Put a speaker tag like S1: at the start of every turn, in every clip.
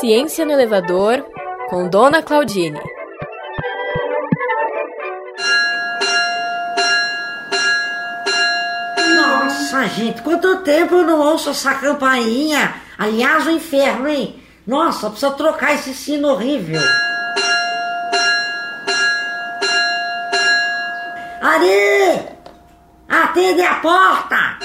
S1: Ciência no Elevador com Dona Claudine.
S2: Nossa, gente, quanto tempo eu não ouço essa campainha. Aliás, o inferno, hein? Nossa, precisa trocar esse sino horrível. Ari! Atende a porta!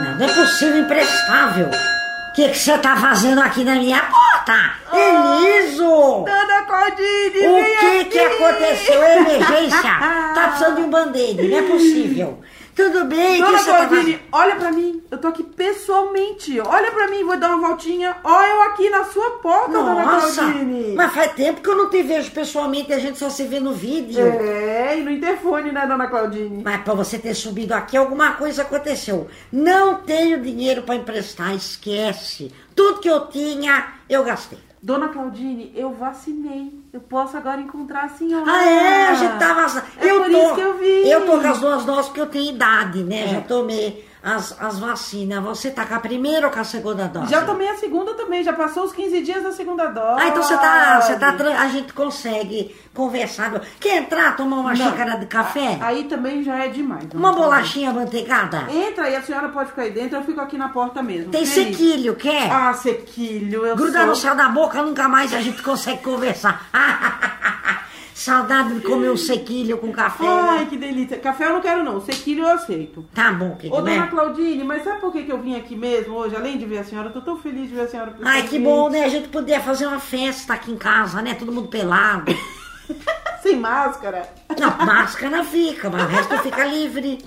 S2: Não, não é possível, imprestável. O que que você tá fazendo aqui na minha porta? Eliso!
S3: Dona Claudine,
S2: O
S3: vem
S2: que
S3: aqui.
S2: que aconteceu? É emergência! Tá precisando de um band-aid, não é possível. Tudo bem, o que
S3: Dona
S2: você tá fazendo?
S3: Claudine, olha pra mim. Eu tô aqui pessoalmente. Olha pra mim, vou dar uma voltinha. Olha eu aqui na sua porta, Dona
S2: Nossa,
S3: Claudine.
S2: mas faz tempo que eu não te vejo pessoalmente, a gente só se vê no vídeo.
S3: É, e no interfone, né, Dona Claudine?
S2: Mas pra você ter subido aqui, alguma coisa aconteceu. Não tenho dinheiro pra emprestar, esquece. Tudo que eu tinha, eu gastei.
S3: Dona Claudine, eu vacinei. Eu posso agora encontrar a senhora.
S2: Ah, é? A gente tava.
S3: É por isso que eu vi. É.
S2: Eu tô com as duas doses porque eu tenho idade, né? Já tomei as, as vacinas. Você tá com a primeira ou com a segunda dose?
S3: Já tomei a segunda também, já passou os 15 dias da segunda dose.
S2: Ah, então você tá, você tá. tran- A gente consegue conversar. Quer entrar, tomar uma
S3: Não.
S2: xícara de café?
S3: Aí também já é demais. dona
S2: Uma
S3: Claudine.
S2: bolachinha manteigada?
S3: Entra aí, a senhora pode ficar aí dentro, eu fico aqui na porta mesmo.
S2: Tem
S3: Feliz.
S2: sequilho, quer?
S3: Ah, sequilho, eu
S2: Gruda no
S3: sou...
S2: céu da boca, nunca mais a gente consegue conversar. Saudade de comer um sequilho com café.
S3: Ai, que delícia. Café eu não quero não, sequilho eu aceito.
S2: Tá bom,
S3: Ô,
S2: querido,
S3: dona
S2: né?
S3: Claudine, mas sabe por que, que eu vim aqui mesmo hoje? Além de ver a senhora, eu tô tão feliz de ver a senhora.
S2: Ai, que
S3: pessoalmente.
S2: bom, né? A gente podia fazer uma festa aqui em casa, né? Todo mundo pelado.
S3: Sem máscara.
S2: Não, máscara fica, mas o resto fica livre.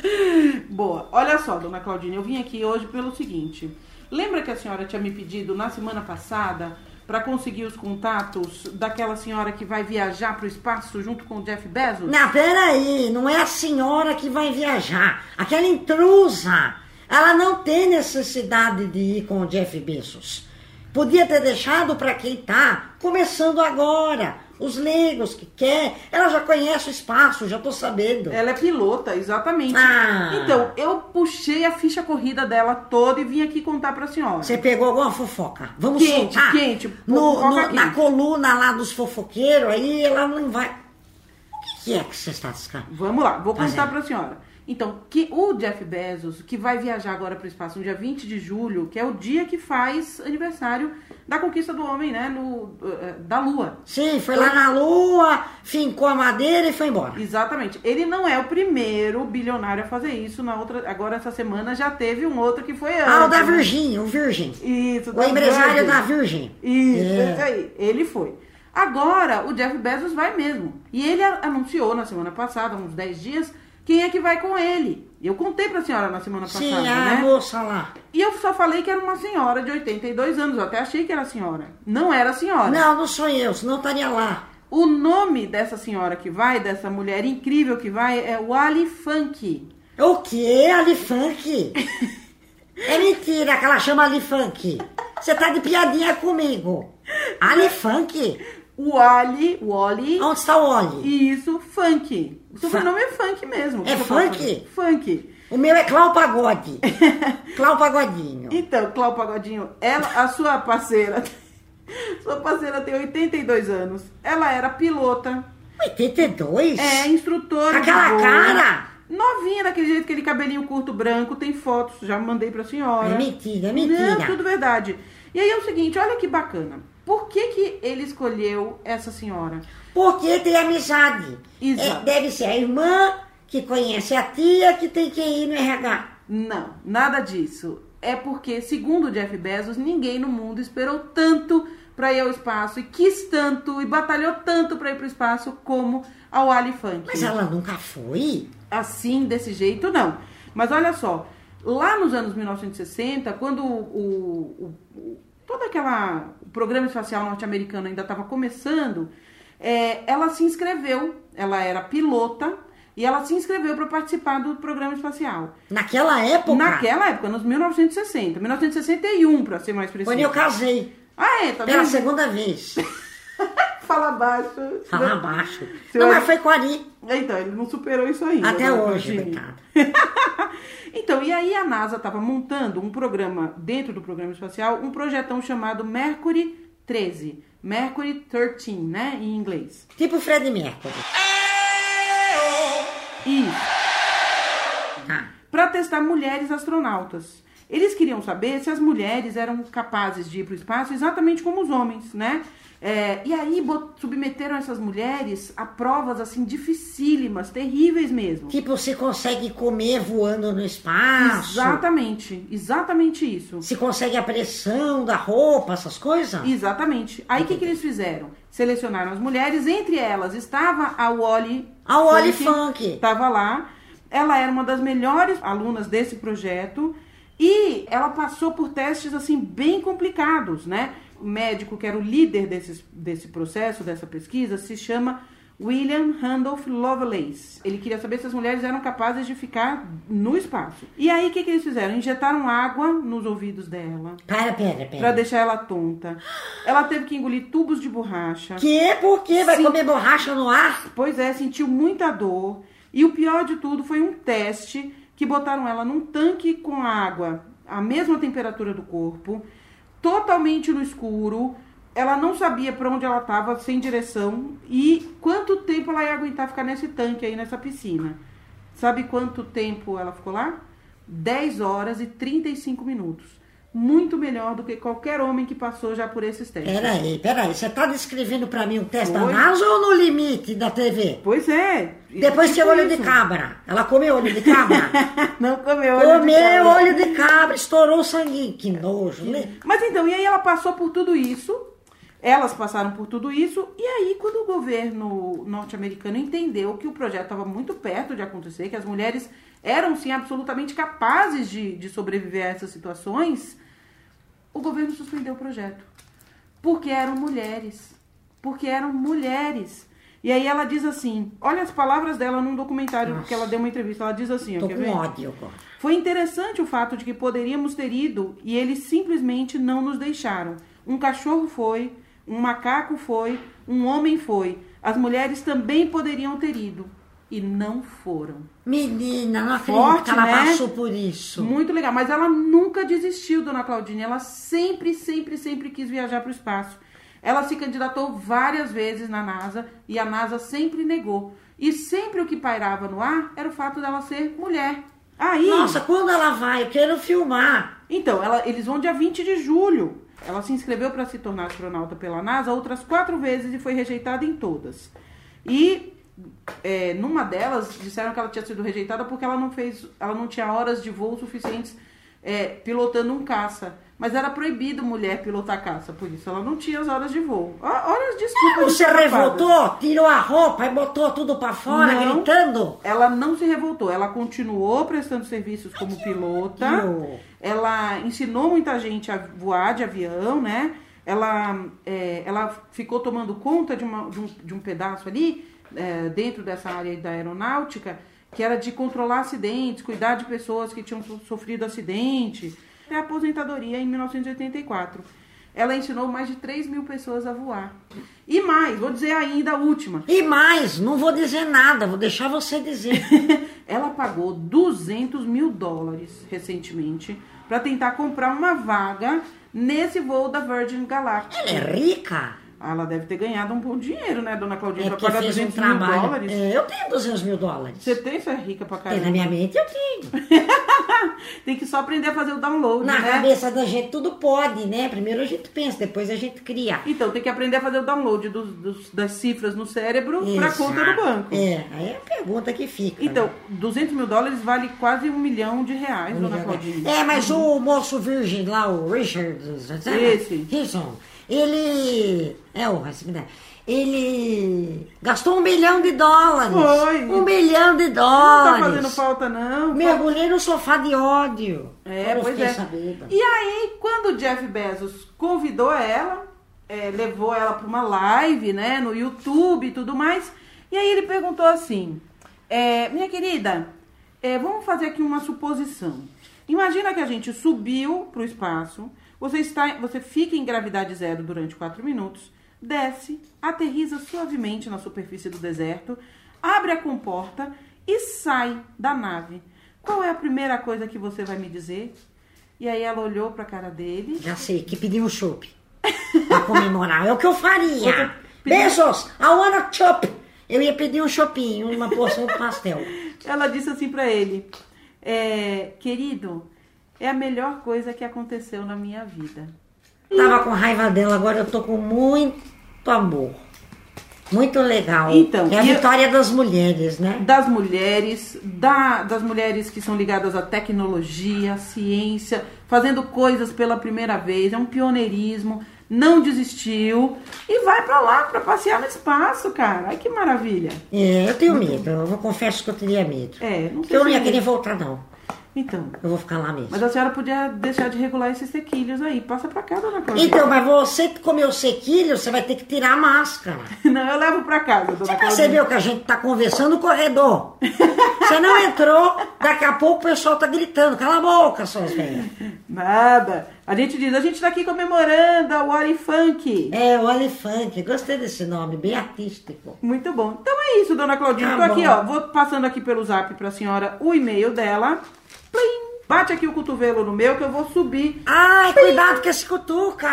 S3: Boa. Olha só, dona Claudine, eu vim aqui hoje pelo seguinte. Lembra que a senhora tinha me pedido na semana passada pra conseguir os contatos daquela senhora que vai viajar pro espaço junto com o Jeff Bezos?
S2: Não, peraí, não é a senhora que vai viajar. Aquela intrusa, ela não tem necessidade de ir com o Jeff Bezos. Podia ter deixado para quem tá começando agora. Os leigos que quer, ela já conhece o espaço, já tô sabendo.
S3: Ela é pilota, exatamente.
S2: Ah.
S3: Então, eu puxei a ficha corrida dela toda e vim aqui contar pra senhora.
S2: Você pegou alguma fofoca? Vamos
S3: Quente,
S2: soltar?
S3: quente,
S2: No-
S3: fofoca
S2: no-
S3: quente.
S2: na coluna lá dos fofoqueiros, aí ela não vai. O que, que é que você está descarregando?
S3: Vamos lá, vou
S2: Mas
S3: contar
S2: é.
S3: pra senhora. Então, que o Jeff Bezos, que vai viajar agora pro espaço no dia 20 de julho, que é o dia que faz aniversário da conquista do homem, né, no, eh, da Lua.
S2: Sim, foi lá na lua, fincou a madeira e foi embora.
S3: Exatamente. Ele não é o primeiro bilionário a fazer isso. Na outra, agora essa semana já teve um outro que foi antes.
S2: Ah, o da
S3: né?
S2: Virgínia, o Virgem.
S3: Isso,
S2: O
S3: da
S2: empresário
S3: Virgin.
S2: da Virgem.
S3: Isso,
S2: É.
S3: isso aí. Ele foi. Agora, o Jeff Bezos vai mesmo. E ele a- anunciou na semana passada, uns 10 dias, quem é que vai com ele. Eu contei pra senhora na semana passada,
S2: Sim, ah, a
S3: né?
S2: moça lá.
S3: E eu só falei que era uma senhora de 82 anos. Eu até achei que era senhora. Não era senhora.
S2: Não, não sou eu, senão estaria lá.
S3: O nome dessa senhora que vai, dessa mulher incrível que vai, é Wally Funk.
S2: O quê? Ali Funk? é mentira que ela chama Ali Funk. Você tá de piadinha comigo. Ali Funk?
S3: Wally, Wally,
S2: Onde está o Oli?
S3: e isso, Funk. O sobrenome é Funk mesmo.
S2: É
S3: Que eu tava
S2: Funk?
S3: falando. Funk.
S2: O meu é Clau Pagode. Clau Pagodinho.
S3: Então, Clau Pagodinho, ela, a sua parceira, sua parceira tem 82 anos. Ela era pilota,
S2: 82?
S3: é instrutora. de
S2: Aquela
S3: voo.
S2: cara?
S3: Novinha daquele jeito, aquele cabelinho curto branco, tem fotos, já mandei pra senhora.
S2: É mentira, é mentira.
S3: Não, tudo verdade. E aí é o seguinte, olha que bacana. Por que que ele escolheu essa senhora?
S2: Porque tem amizade.
S3: Exato.
S2: É, deve ser a irmã que conhece a tia que tem que ir no RH.
S3: Não, nada disso. É porque, segundo o Jeff Bezos, ninguém no mundo esperou tanto pra ir ao espaço e quis tanto e batalhou tanto pra ir pro espaço como a Wally Funk.
S2: Mas ela nunca foi?
S3: Assim, desse jeito, não. Mas olha só, lá nos anos 1960, quando o, o- o- toda aquela o programa espacial norte-americano ainda estava começando, é, ela se inscreveu, ela era pilota e ela se inscreveu para participar do programa espacial.
S2: Naquela época,
S3: Naquela época, nos 1960, 1961, pra ser mais preciso.
S2: quando eu casei,
S3: Ah, é, tá
S2: pela
S3: vendo?
S2: segunda vez.
S3: Fala baixo.
S2: Fala abaixo.
S3: Seu-
S2: Não, mas foi com a Ari.
S3: Então, ele não superou isso ainda.
S2: Até
S3: né,
S2: hoje,
S3: Claudine?
S2: coitado.
S3: Então, e aí a NASA estava montando um programa, dentro do programa espacial, um projetão chamado Mercury 13. Mercury 13, né? Em inglês.
S2: Tipo Fred Mercury.
S3: Isso.
S2: Tá.
S3: Para testar mulheres astronautas. Eles queriam saber se as mulheres eram capazes de ir para o espaço exatamente como os homens, né? É, e aí bot- submeteram essas mulheres a provas assim dificílimas, terríveis mesmo.
S2: Tipo, se consegue comer voando no espaço.
S3: Exatamente, exatamente isso.
S2: Se consegue a pressão da roupa, essas coisas.
S3: Exatamente. Aí o que, que eles fizeram? Selecionaram as mulheres, entre elas estava a Wally.
S2: A Wally Ah, Funk.
S3: Estava lá. Ela era uma das melhores alunas desse projeto e ela passou por testes assim bem complicados, né? O médico que era o líder desse, desse processo, dessa pesquisa, se chama William Randolph Lovelace. Ele queria saber se as mulheres eram capazes de ficar no espaço. E aí o que, que eles fizeram? Injetaram água nos ouvidos dela
S2: Para, pera,
S3: pra
S2: pera.
S3: deixar ela tonta. Ela teve que engolir tubos de borracha.
S2: Que? Por quê? Vai
S3: Sim.
S2: comer borracha no ar?
S3: Pois é, sentiu muita dor. E o pior de tudo foi um teste que botaram ela num tanque com água, a mesma temperatura do corpo, totalmente no escuro. Ela não sabia pra onde ela tava, sem direção. E quanto tempo ela ia aguentar ficar nesse tanque aí, nessa piscina? Sabe quanto tempo ela ficou lá? 10 horas e 35 minutos. Muito melhor do que qualquer homem que passou já por esses testes.
S2: Peraí, peraí. Você tá descrevendo pra mim um teste da
S3: Oi?
S2: NASA ou no limite da TV?
S3: Pois é.
S2: Depois tem
S3: Tipo
S2: olho
S3: isso.
S2: de cabra. Ela comeu olho de cabra?
S3: Não comeu olho de
S2: comeu
S3: cabra.
S2: olho de cabra, estourou o sanguinho. Que nojo, né?
S3: Mas então, e aí ela passou por tudo isso. Elas passaram por tudo isso. E aí, quando o governo norte-americano entendeu que o projeto estava muito perto de acontecer, que as mulheres eram, sim, absolutamente capazes de, de sobreviver a essas situações, o governo suspendeu o projeto. Porque eram mulheres. Porque eram mulheres. E aí ela diz assim, olha as palavras dela num documentário que ela deu uma entrevista, ela diz assim, ó,
S2: Tô
S3: quer
S2: com
S3: ver?
S2: ódio agora.
S3: Foi interessante o fato de que poderíamos ter ido e eles simplesmente não nos deixaram. Um cachorro foi, um macaco foi, um homem foi. As mulheres também poderiam ter ido e não foram.
S2: Menina, não acredito
S3: Forte,
S2: que ela
S3: né?
S2: passou por isso.
S3: Muito legal, mas ela nunca desistiu, dona Claudine. Ela sempre, sempre, sempre quis viajar para o espaço. Ela se candidatou várias vezes na NASA e a NASA sempre negou. E sempre o que pairava no ar era o fato dela ser mulher. Aí,
S2: Nossa, quando ela vai? Eu quero filmar.
S3: Então, ela- eles vão dia 20 de julho. Ela se inscreveu para se tornar astronauta pela NASA outras quatro vezes e foi rejeitada em todas. E é, numa delas disseram que ela tinha sido rejeitada porque ela não fez, ela não tinha horas de voo suficientes é, pilotando um caça. Mas era proibido mulher pilotar caça, por isso ela não tinha as horas de voo. Ó- Olha as desculpas.
S2: Você
S3: esfarrapadas.
S2: revoltou, tirou a roupa e botou tudo pra fora,
S3: Não.
S2: gritando?
S3: Ela não se revoltou, ela continuou prestando serviços como pilota.
S2: louco.
S3: Ela ensinou muita gente a voar de avião, né? Ela, é, ela ficou tomando conta de, uma- de um, de um pedaço ali, é, dentro dessa área da aeronáutica, que era de controlar acidentes, cuidar de pessoas que tinham so- sofrido acidente. Até a aposentadoria em 1984. Ela ensinou mais de 3 mil pessoas a voar. E mais, vou dizer ainda a última.
S2: E mais, não vou dizer nada, vou deixar você dizer.
S3: Ela pagou 200 mil dólares recentemente para tentar comprar uma vaga nesse voo da Virgin Galactic.
S2: ela é rica?
S3: Ah, Ela deve ter ganhado um bom dinheiro, né, dona Claudinha?
S2: É
S3: Pra
S2: porque
S3: pagar
S2: fez um
S3: 200 mil
S2: trabalho.
S3: dólares.
S2: É, eu tenho 200 mil dólares.
S3: Você tem, você é rica pra
S2: Tem na
S3: caramba.
S2: minha mente, eu tenho.
S3: Tem que só aprender a fazer o download,
S2: né? Na
S3: né?
S2: cabeça da gente tudo pode, né? Primeiro a gente pensa, depois a gente cria.
S3: Então, tem que aprender a fazer o download dos- dos- das cifras no cérebro pra
S2: Exato.
S3: conta do banco.
S2: É, aí é a pergunta que fica.
S3: Então,
S2: né?
S3: 200 mil dólares vale quase um milhão de reais, dona Claudinha.
S2: É, mas o moço virgem lá, o Richard. sabe?
S3: Esse.
S2: Richardson, ele. É o Raciminé. Ele gastou um milhão de dólares.
S3: Foi.
S2: Um milhão de
S3: Não tá
S2: dólares.
S3: fazendo falta, não.
S2: Mergulhei no sofá de ódio.
S3: É,
S2: Quando eu
S3: pois
S2: fiquei
S3: é.
S2: sabida.
S3: E aí, quando o Jeff Bezos convidou ela, é, levou ela para uma live, né, no YouTube e tudo mais, e aí ele perguntou assim, é, minha querida, é, vamos fazer aqui uma suposição. Imagina que a gente subiu para o espaço, você, está, você fica em gravidade zero durante 4 minutos, desce, aterriza suavemente na superfície do deserto, abre a comporta e sai da nave. Qual é a primeira coisa que você vai me dizer? E aí ela olhou pra cara dele.
S2: Já sei, que pediu um chup. pra comemorar. É o que eu faria.
S3: Pediu-
S2: Beijos, I wanna chup. Eu ia pedir um chopinho, uma porção de pastel.
S3: Ela disse assim pra ele: é, Querido, é a melhor coisa que aconteceu na minha vida.
S2: Tava com raiva dela, agora eu tô com muito amor. Muito legal.
S3: Então,
S2: é a
S3: e eu-
S2: vitória das mulheres, né?
S3: das mulheres, da- das mulheres que são ligadas à tecnologia, à ciência, fazendo coisas pela primeira vez, é um pioneirismo, não desistiu e vai pra lá pra passear no espaço, cara. Ai que maravilha.
S2: É, eu tenho medo, eu vou- confesso que eu teria medo.
S3: É, não
S2: Porque
S3: sei
S2: eu não ia
S3: se-
S2: querer voltar, não.
S3: Então,
S2: Eu vou ficar lá mesmo.
S3: mas a senhora podia deixar de regular esses tequilhos aí. Passa pra cá, dona Claudinha.
S2: Então, mas você comeu sequilho, você vai ter que tirar a máscara.
S3: Não, eu levo pra casa, dona
S2: Você
S3: Claudinha.
S2: percebeu que a gente tá conversando no corredor. Você não entrou, daqui a pouco o pessoal tá gritando. Cala a boca, suas velhas.
S3: Nada. A gente diz, a gente tá aqui comemorando a Wally Funk.
S2: É, o elefante. Gostei desse nome, bem artístico.
S3: Muito bom. Então é isso, dona Claudinha.
S2: Tá
S3: Tô aqui,
S2: bom.
S3: ó. Vou passando aqui pelo zap pra senhora o e-mail dela. Plim! Bate aqui o cotovelo no meu que eu vou subir.
S2: Ai, cuidado com esse cutuca.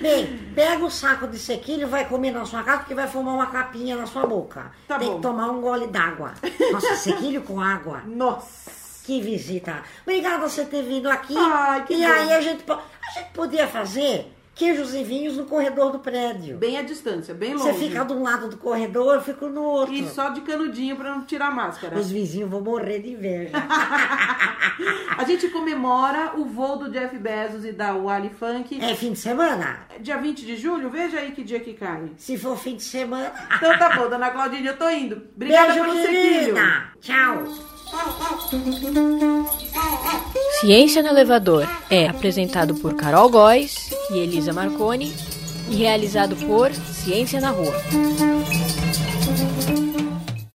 S2: Bem, pega o saco de sequilho, vai comer na sua casa, porque vai formar uma capinha na sua boca.
S3: Tá
S2: Tem
S3: bom.
S2: que tomar um gole d'água. Nossa, sequilho com água.
S3: Nossa!
S2: Que visita! Obrigada por você ter vindo aqui.
S3: Ai, que
S2: e
S3: bom.
S2: aí a gente, po- a gente podia fazer queijos e vinhos no corredor do prédio.
S3: Bem à distância, bem longe.
S2: Você fica de um lado do corredor, eu fico no outro.
S3: E só de canudinho pra não tirar a máscara.
S2: Os vizinhos vão morrer de inveja.
S3: A gente comemora o voo do Jeff Bezos e da Wally Funk.
S2: é fim de semana?
S3: Dia 20 de julho, veja aí que dia que cai.
S2: Se for fim de semana.
S3: Então tá bom, dona Claudinha, eu tô indo. Obrigada
S2: Beijo,
S3: pelo sequilho.
S2: menina! Tchau!
S1: Ciência no Elevador é apresentado por Carol Góes e Elisa Marconi e realizado por Ciência na Rua.